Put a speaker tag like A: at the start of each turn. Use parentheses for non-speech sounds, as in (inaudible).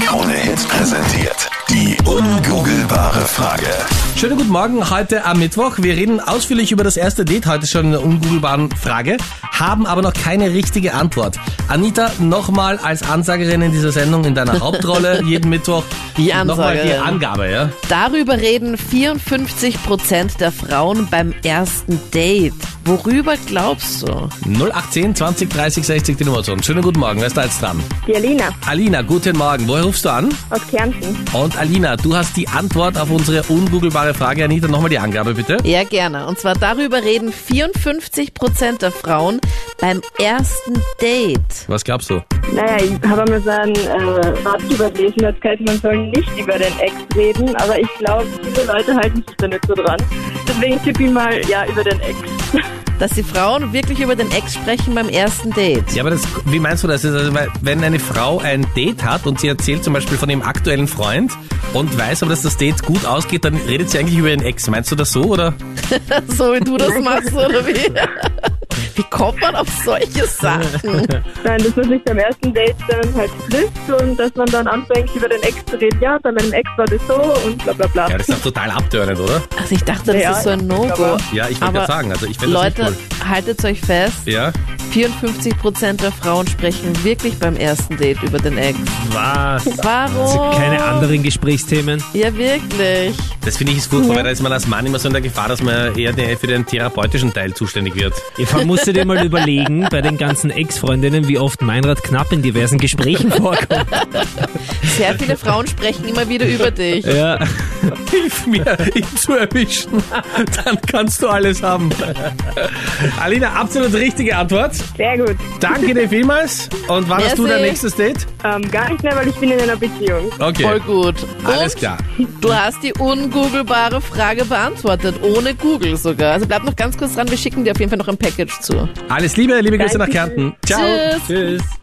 A: Krone Hits präsentiert. Die ungoogelbare Frage.
B: Schönen guten Morgen, heute am Mittwoch. Wir reden ausführlich über das erste Date, heute schon in der ungoogelbaren Frage, haben aber noch keine richtige Antwort. Anita, nochmal als Ansagerin in dieser Sendung in deiner
C: (laughs)
B: Hauptrolle jeden Mittwoch.
C: Die
B: Und Nochmal die
C: Ansagerin.
B: Angabe, ja?
C: Darüber reden 54% der Frauen beim ersten Date. Worüber glaubst du?
B: 0810 20 30 60 die Nummer zu uns. Schönen guten Morgen, wer ist da jetzt dran?
D: Die Alina
B: Alina, guten Morgen, woher rufst du an?
D: aus Kärnten.
B: Und Alina, du hast die Antwort auf unsere ungoogelbare Frage. Anita, nochmal die Angabe bitte.
C: Ja, gerne. Und zwar darüber reden 54% der Frauen beim ersten Date.
B: Was glaubst du?
D: Naja, ich habe einmal so einen äh, Rat überlesen, das heißt, man soll nicht über den Ex reden, aber ich glaube, viele Leute halten sich da nicht so dran. Deswegen tippe ich mal, ja, über den Ex. (laughs)
C: Dass die Frauen wirklich über den Ex sprechen beim ersten Date.
B: Ja, aber das, wie meinst du das? Das ist Also, weil- wenn eine Frau ein Date hat und sie erzählt zum Beispiel von ihrem aktuellen Freund und weiß aber, dass das Date gut ausgeht, dann redet sie eigentlich über ihren Ex. Meinst du das so, oder?
C: So wie du das machst, oder wie?
B: (laughs)
C: Wie kommt man auf solche Sachen?
D: Nein, dass man sich beim ersten Date dann halt trifft und dass man dann anfängt, über den Ex zu reden. Ja, bei meinem Ex war das so und bla bla bla.
B: Ja, das ist doch total abtörend, oder?
C: Also ich dachte, das
D: Ja,
C: ist so ein No-Go.
D: aber-
B: Ja, ich wollte
C: Aber
B: gerade sagen, also ich finde das nicht
C: Leute,
B: cool.
C: haltet euch fest.
B: Ja?
C: 54% der Frauen sprechen wirklich beim ersten Date über den Ex.
E: Was?
C: Warum?
E: Keine anderen Gesprächsthemen?
C: Ja, wirklich.
B: Das finde ich ist furchtbar, weil da ist man als Mann immer so in der Gefahr, dass man eher der- für den therapeutischen Teil zuständig wird.
E: Eva, musst du dir mal überlegen, bei den ganzen Ex-Freundinnen, wie oft Meinrad Knapp in diversen Gesprächen vorkommt.
B: (laughs)
C: Sehr viele Frauen sprechen immer wieder über dich.
E: Ja.
B: (laughs) Hilf mir, ihn zu erwischen. (laughs) Dann kannst du alles haben. Alina, absolut richtige Antwort.
D: Sehr gut.
B: Danke dir vielmals. Und wann hast du dein
C: Merci.
B: nächstes Date?
D: Ähm, gar nicht mehr, weil ich bin in einer Beziehung.
B: Okay.
C: Voll gut.
B: Alles
C: Und
B: klar.
C: Du hast die ungoogelbare Frage beantwortet, ohne Google sogar. Also bleib noch ganz kurz dran, wir schicken dir auf jeden Fall noch ein Package zu.
B: Alles Liebe, liebe Grüße nach
D: Danke.
B: Kärnten. Ciao.
C: Tschüss.
E: Tschüss.